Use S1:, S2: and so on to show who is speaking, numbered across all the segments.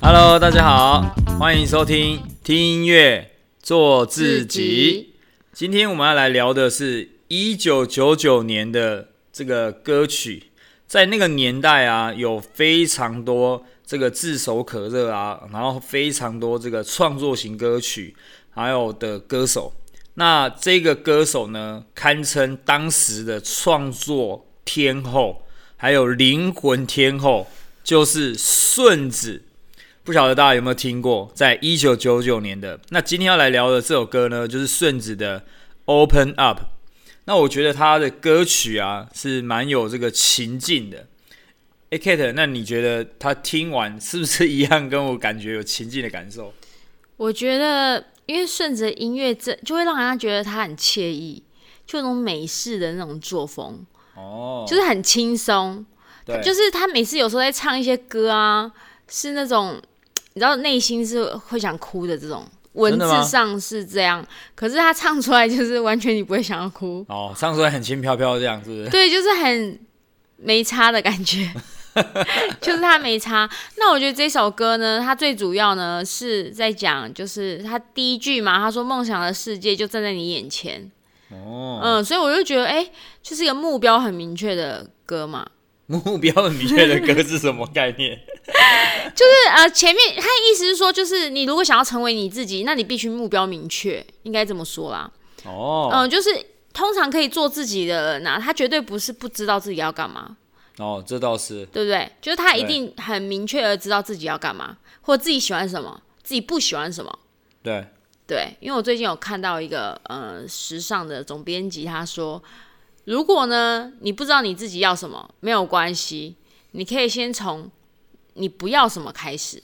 S1: Hello，大家好，欢迎收听听音乐做自己。今天我们要来聊的是一九九九年的这个歌曲，在那个年代啊，有非常多这个炙手可热啊，然后非常多这个创作型歌曲，还有的歌手。那这个歌手呢，堪称当时的创作天后，还有灵魂天后，就是顺子。不晓得大家有没有听过，在一九九九年的那今天要来聊的这首歌呢，就是顺子的《Open Up》。那我觉得他的歌曲啊是蛮有这个情境的。哎、k a t e 那你觉得他听完是不是一样跟我感觉有情境的感受？
S2: 我觉得，因为顺着音乐这就会让人家觉得他很惬意，就有那种美式的那种作风，
S1: 哦，
S2: 就是很轻松。
S1: 对，
S2: 就是他每次有时候在唱一些歌啊，是那种你知道内心是会想哭的这种，文
S1: 真的吗
S2: 字上是这样，可是他唱出来就是完全你不会想要哭，
S1: 哦，唱出来很轻飘飘这样，是 不是？
S2: 对，就是很没差的感觉， 就是他没差。那我觉得这首歌呢，它最主要呢是在讲，就是他第一句嘛，他说梦想的世界就站在你眼前，
S1: 哦，
S2: 嗯，所以我就觉得，哎、就是一个目标很明确的歌嘛。
S1: 目标很明确的歌是什么概 念？
S2: 就是呃，前面他的意思是说，就是你如果想要成为你自己，那你必须目标明确，应该这么说啦。嗯、
S1: 哦，
S2: 就是通常可以做自己的人啊，他绝对不是不知道自己要干嘛。
S1: 哦，这倒是，
S2: 对不对？就是他一定很明确的知道自己要干嘛，或自己喜欢什么，自己不喜欢什么。
S1: 对，
S2: 对，因为我最近有看到一个呃时尚的总编辑，他说，如果呢你不知道你自己要什么，没有关系，你可以先从你不要什么开始。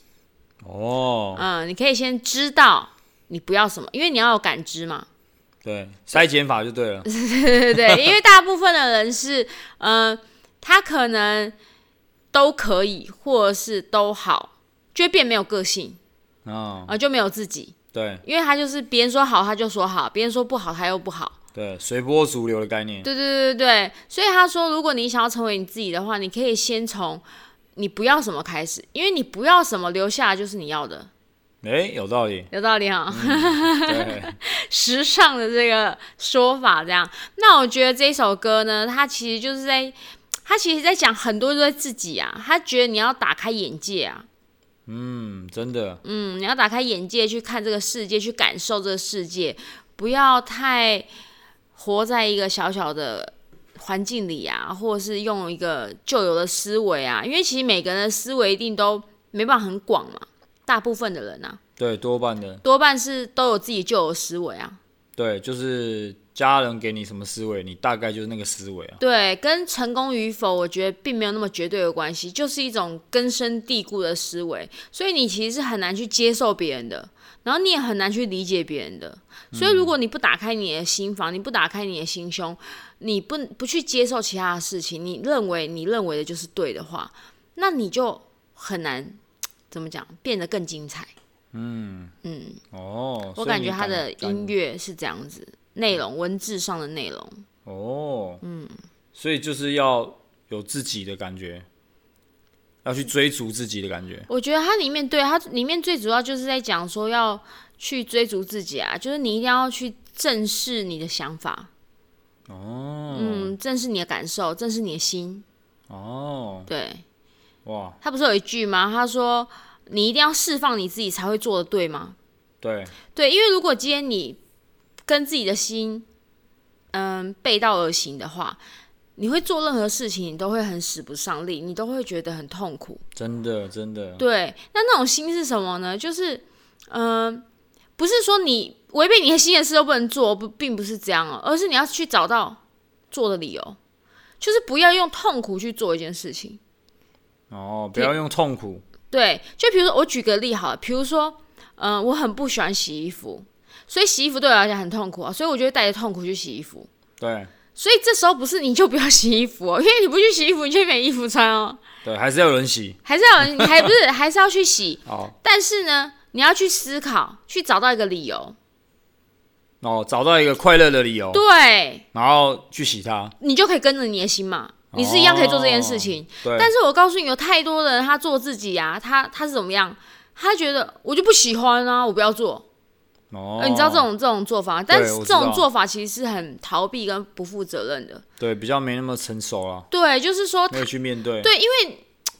S1: 哦，
S2: 嗯、你可以先知道你不要什么，因为你要有感知嘛。
S1: 对，筛减法就对了，
S2: 对对对，因为大部分的人是，嗯、他可能都可以，或者是都好，就会变没有个性，
S1: 嗯，
S2: 啊、就没有自己，
S1: 对
S2: 因为他就是别人说好他就说好，别人说不好他又不好。
S1: 对，随波逐流的概念，
S2: 对对对对对，所以他说，如果你想要成为你自己的话，你可以先从你不要什么开始，因为你不要什么留下来就是你要的，
S1: 哎，有道 理，
S2: 有道理哈、
S1: 对，
S2: 时尚的这个说法，这样。那我觉得这首歌呢，它其实就是在，它其实在讲很多都在自己啊，他觉得你要打开眼界啊，
S1: 嗯，真的，
S2: 嗯，你要打开眼界去看这个世界，去感受这个世界，不要太活在一个小小的环境里啊，或者是用一个旧有的思维啊，因为其实每个人的思维一定都没办法很广嘛，大部分的人啊，
S1: 对，多半的，
S2: 多半是都有自己旧有思维啊。
S1: 对，就是家人给你什么思维，你大概就是那个思维啊，
S2: 对，跟成功与否，我觉得并没有那么绝对的关系，就是一种根深蒂固的思维，所以你其实是很难去接受别人的，然后你也很难去理解别人的。所以如果
S1: 嗯
S2: 你不打开你的心房，你不打开你的心胸，你不不去接受其他的事情，你认为你认为的就是对的话，那你就很难怎么讲变得更精彩。嗯
S1: 哦，嗯所
S2: 我
S1: 以
S2: 感
S1: 你
S2: 觉他的
S1: 感
S2: 音乐是这样子，内容文字上的内容。
S1: 哦，嗯，所以就是要有自己的感觉，要去追逐自己的感觉，
S2: 我觉得它里面对它里面最主要就是在讲说要去追逐自己啊，就是你一定要去正视你的想法，
S1: 哦，
S2: 嗯，正视你的感受，正视你的心。
S1: 哦，
S2: 对
S1: 哇，
S2: 他不是有一句吗？他说你一定要释放你自己才会做的对吗？
S1: 对，
S2: 对，因为如果今天你跟自己的心，嗯，背道而行的话，你会做任何事情，你都会很使不上力，你都会觉得很痛苦。
S1: 真的真的，
S2: 对，那那种心是什么呢？就是，嗯、不是说你违背你的心的事都不能做，不，并不是这样哦，而是你要去找到做的理由，就是不要用痛苦去做一件事情。
S1: 哦，不要用痛苦，
S2: 对，就比如说我举个例好了，比如说，嗯、我很不喜欢洗衣服，所以洗衣服对我来讲很痛苦啊，所以我就会带着痛苦去洗衣服。
S1: 对
S2: 所以这时候不是你就不要洗衣服哦，因为你不去洗衣服，你就没衣服穿哦，
S1: 对，还是要有人洗，
S2: 还是要你还不是还是要去洗，
S1: 好，
S2: 但是呢，你要去思考，去找到一个理由。
S1: 哦，找到一个快乐的理由，
S2: 对
S1: 然后去洗它。
S2: 你就可以跟着你的心嘛，你是一样可以做这件事情。
S1: 哦对，
S2: 但是我告诉你，有太多人他做自己呀、他他是怎么样？他觉得我就不喜欢啊，我不要做。
S1: 哦、
S2: 呃你知道这种这种做法，但是
S1: 我
S2: 这
S1: 知道
S2: 种做法其实是很逃避跟不负责任的。
S1: 对比较没那么成熟啦，
S2: 对，就是说
S1: 没有去面对。
S2: 对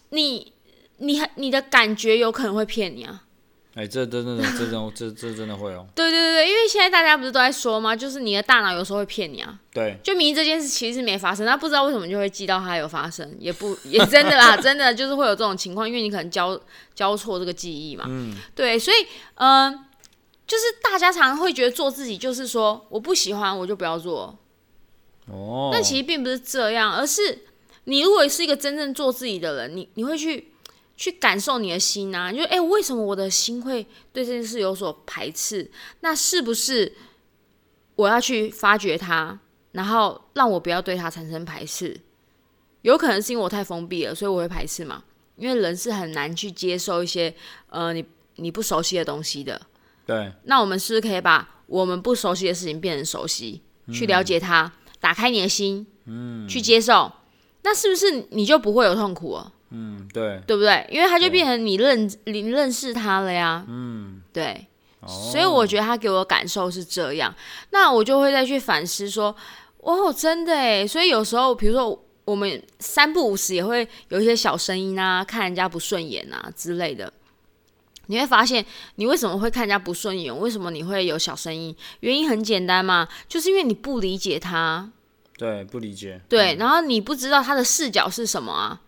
S2: 你你你的感觉有可能会骗你啊。
S1: 哎、这真的，这真的，这这真的会哦。
S2: 对对对，因为现在大家不是都在说吗？就是你的大脑有时候会骗你啊。
S1: 对，
S2: 就明明这件事其实是没发生，但不知道为什么就会记到它有发生，也不 也真的 啦，真的就是会有这种情况，因为你可能交交错这个记忆嘛。
S1: 嗯，
S2: 对，所以嗯、呃就是大家常常会觉得做自己就是说我不喜欢我就不要做，
S1: 哦，
S2: 但其实并不是这样，而是你如果是一个真正做自己的人，你你会去去感受你的心啊，就哎、诶为什么我的心会对这件事有所排斥？那是不是我要去发掘它，然后让我不要对它产生排斥？有可能是因为我太封闭了，所以我会排斥嘛？因为人是很难去接受一些呃你你不熟悉的东西的。
S1: 对，
S2: 那我们是不是可以把我们不熟悉的事情变成熟悉，去了解它，打开你的心，嗯，去接受，那是不是你就不会有痛苦了，
S1: 嗯，对，
S2: 对不对？因为它就变成你认你认识它了呀，嗯，哦对。所以我觉得他给我的感受是这样，那我就会再去反思说，哦，真的哎，所以有时候比如说我们三不五时也会有一些小声音啊，看人家不顺眼啊之类的，你会发现你为什么会看人家不顺眼，为什么你会有小声音？原因很简单嘛，就是因为你不理解他，
S1: 对，不理解。
S2: 对，然后你不知道他的视角是什么啊。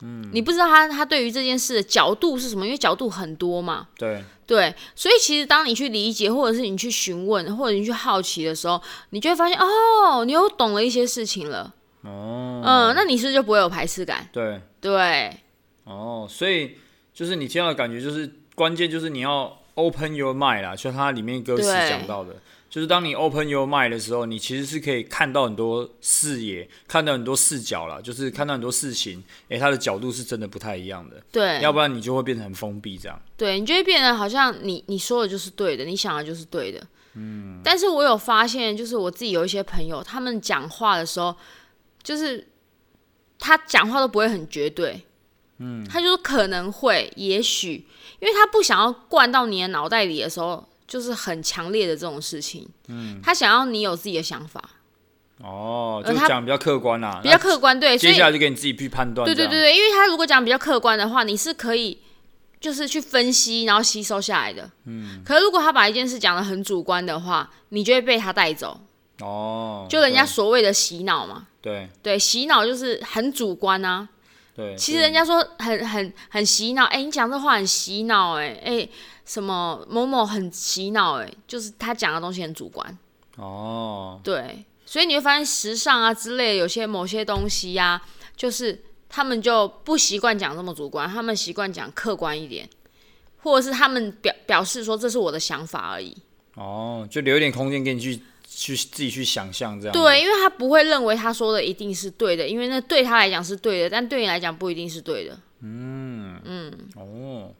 S2: 嗯，你不知道他他对于这件事的角度是什么，因为角度很多嘛。
S1: 对，
S2: 对，所以其实当你去理解，或者是你去询问，或者你去好奇的时候，你就会发现，哦，你又懂了一些事情了。
S1: 哦，
S2: 嗯，那你是不是就不会有排斥感？
S1: 对，
S2: 对，
S1: 哦，所以就是你听到的感觉，就是关键就是你要 open your mind 啦，就它里面歌词
S2: 对
S1: 讲到的，就是当你 open your mind 的时候，你其实是可以看到很多视野，看到很多视角啦，就是看到很多事情，诶、它的角度是真的不太一样的，
S2: 对
S1: 要，不然你就会变得很封闭这样。
S2: 对，你就会变得好像你你说的就是对的，你想的就是对的。嗯，但是我有发现，就是我自己有一些朋友，他们讲话的时候，就是他讲话都不会很绝对。嗯，他就是可能会，也许，因为他不想要灌到你的脑袋里的时候，就是很强烈的这种事情。嗯，他想要你有自己的想法，
S1: 哦，
S2: 而
S1: 就
S2: 它
S1: 讲比较客观啦，
S2: 呃比较客观，对，
S1: 那
S2: 所以
S1: 接下来就给你自己去判断，
S2: 对对对，对，因为他如果讲比较客观的话，你是可以就是去分析，然后吸收下来的。嗯。可是如果他把一件事讲的很主观的话，你就会被他带走，
S1: 哦，
S2: 就人家所谓的洗脑嘛。
S1: 对
S2: 对，洗脑就是很主观啊。
S1: 对，
S2: 其实人家说很很很洗脑，哎、你讲这话很洗脑、哎哎、什么某某很洗脑，哎，就是他讲的东西很主观。
S1: 哦，
S2: 对，所以你会发现时尚啊之类的有些某些东西呀、就是他们就不习惯讲这么主观，他们习惯讲客观一点，或者是他们表表示说这是我的想法而已。
S1: 哦，就留一点空间给你去去自己去想象这样。
S2: 对，，因为他不会认为他说的一定是对的，因为那对他来讲是对的，但对你来讲不一定是对的。
S1: 哦，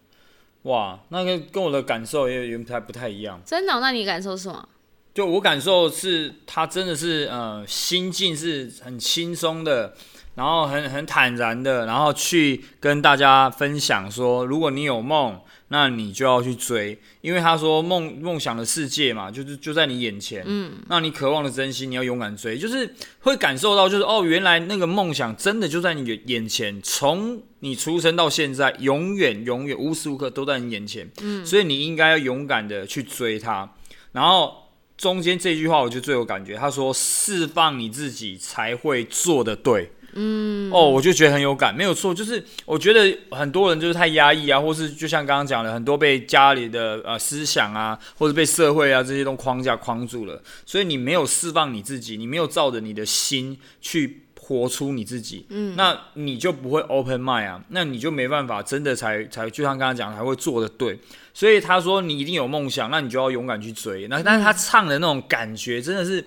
S1: 哇，那个跟我的感受也有点不太不太一样。
S2: 真的哦、那你感受是什么？
S1: 就我感受是，他真的是呃，心境是很轻松的，然后很很坦然的，然后去跟大家分享说，如果你有梦，那你就要去追，因为他说梦梦想的世界嘛，就是就在你眼前，嗯，那你渴望的真心，你要勇敢追，就是会感受到，就是哦，原来那个梦想真的就在你眼眼前，从你出生到现在，永远永远无时无刻都在你眼前，嗯，所以你应该要勇敢的去追它，然后。中间这句话我就最有感觉，他说：“释放你自己才会做的对。”嗯，哦，我就觉得很有感，没有错，就是我觉得很多人就是太压抑啊，或是就像刚刚讲的，很多被家里的呃思想啊，或者被社会啊这些都框架框住了，所以你没有释放你自己，你没有照着你的心去活出你自己，嗯，那你就不会 open mind 啊，那你就没办法真的才才就像刚刚讲的，才会做的对，所以他说你一定有梦想，那你就要勇敢去追。那但是他唱的那种感觉真的是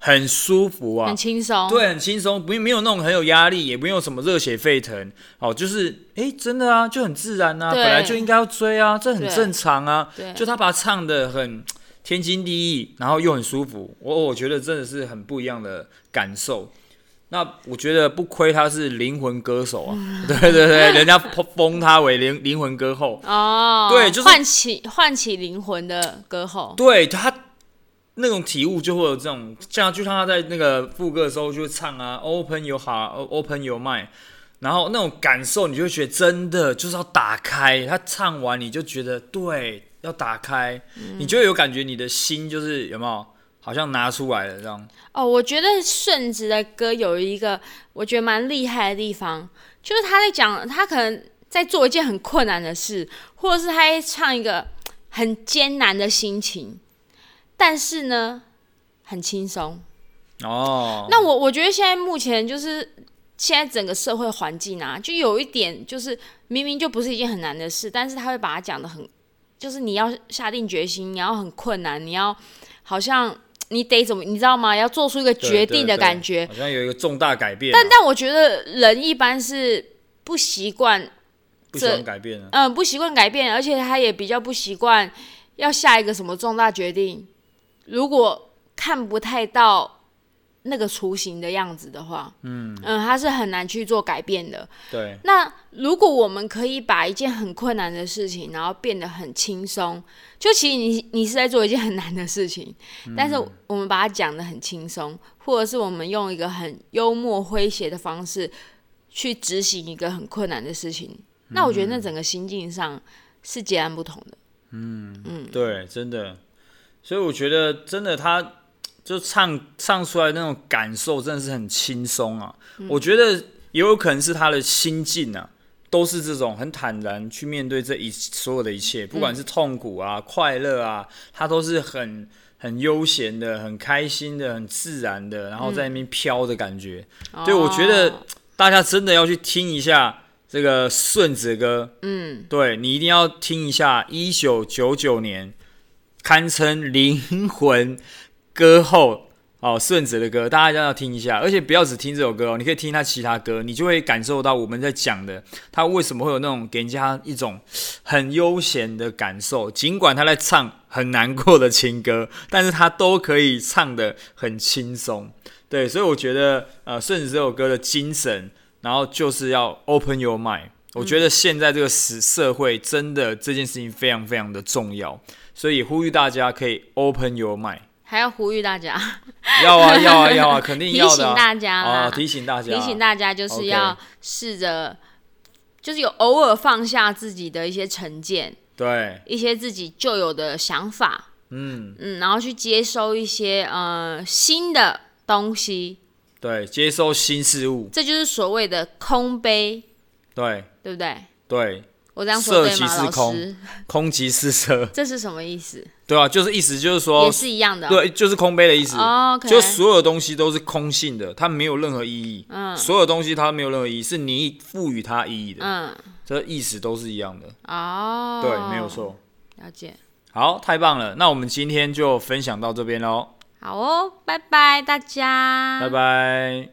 S1: 很舒服啊
S2: 很，轻松。
S1: 对，很轻松，不没有那种很有压力，也不用什么热血沸腾，哦，就是哎、诶真的啊，就很自然啊，
S2: 对
S1: 本来就应该要追啊，这很
S2: 对
S1: 正常啊。
S2: 对
S1: 就他把它唱的很天经地义，然后又很舒服。我我觉得真的是很不一样的感受。那我觉得不亏他是灵魂歌手啊， 对对对，人家封封他为灵灵魂歌后，
S2: 哦，
S1: 对就是
S2: 唤起唤起灵魂的歌喉，
S1: 对他那种体悟就会有这种，像就像他在那个副歌的时候就会唱啊，Open your heart，Open your mind，然后那种感受你就会觉得真的就是要打开。他唱完你就觉得对，要打开，
S2: 嗯
S1: 你就会有感觉你的心就是有没有好像拿出来了这样。
S2: 哦，我觉得顺子的歌有一个我觉得蛮厉害的地方，就是他在讲他可能在做一件很困难的事，或者是他在唱一个很艰难的心情，但是呢，很轻松。
S1: 哦，
S2: 那我我觉得现在目前就是现在整个社会环境啊，就有一点就是明明就不是一件很难的事，但是他会把它讲的很，就是你要下定决心，你要很困难，你要好像你得怎么，你知道吗？要做出一个
S1: 对
S2: 决
S1: 对
S2: 定的
S1: 对
S2: 感觉。
S1: 好像有一个重大改变啊、
S2: 但但我觉得人一般是不习惯，
S1: 不喜欢改变了。
S2: 嗯，不习惯改变，而且他也比较不习惯要下一个什么重大决定。如果看不太到那个雏形的样子的话，嗯他是很难去做改变的。
S1: 对，
S2: 那如果我们可以把一件很困难的事情，然后变得很轻松，就其实你你是在做一件很难的事情，
S1: 嗯
S2: 但是我们把它讲得很轻松，或者是我们用一个很幽默诙谐的方式去执行一个很困难的事情，
S1: 嗯
S2: 那我觉得那整个心境上是截然不同的。
S1: 对，真的。所以我觉得，真的他就唱唱出来那种感受，真的是很轻松啊。我觉得也有可能是他的心境啊，都是这种很坦然去面对这一所有的一切，不管是痛苦啊、快乐啊，他都是很很悠闲的、很开心的、很自然的，然后在那边飘的感觉。对，我觉
S2: 哦
S1: 得大家真的要去听一下这个顺子的歌，
S2: 嗯，
S1: 对你一定要听一下，一九九九年堪称灵魂歌后哦，顺子的歌，大家一定要听一下，而且不要只听这首歌哦，你可以听他其他歌，你就会感受到我们在讲的他为什么会有那种给人家一种很悠闲的感受，尽管他在唱很难过的情歌，但是他都可以唱的很轻松。对，所以我觉得呃，顺子这首歌的精神，然后就是要 open your mind。我觉得现在这个时社会真的这件事情非常非常的重要，所以呼吁大家可以 open your mind。
S2: 还要呼吁大家，
S1: 要啊要啊要啊，肯定
S2: 提
S1: 要的
S2: 醒
S1: 啊、
S2: 大家啦，
S1: 哦，提醒大家，
S2: 提醒大家就是要
S1: OK
S2: 试着，就是有偶尔放下自己的一些成见，
S1: 对，
S2: 一些自己旧有的想法，
S1: 嗯，
S2: 嗯，然后去接收一些呃新的东西，
S1: 对，接受新事物，
S2: 这就是所谓的空杯，
S1: 对
S2: 对不对？
S1: 对，
S2: 我这样说对
S1: 色
S2: 吗，
S1: 即是
S2: 老师
S1: 空？空即是色，
S2: 这是什么意思？
S1: 对啊，就是意思就是
S2: 也
S1: 说，
S2: 是一样的哦。
S1: 对，就是空杯的意思。
S2: 哦，OK，
S1: 就所有东西都是空性的，它没有任何意义。
S2: 嗯
S1: 所有东西它没有任何意义，是你赋予它意义的，
S2: 嗯，
S1: 这意思都是一样的。
S2: 哦，
S1: 对，没有，错。
S2: 了解。
S1: 好，太棒了，那我们今天就分享到这边喽，
S2: 好哦，拜拜大家，
S1: 拜拜。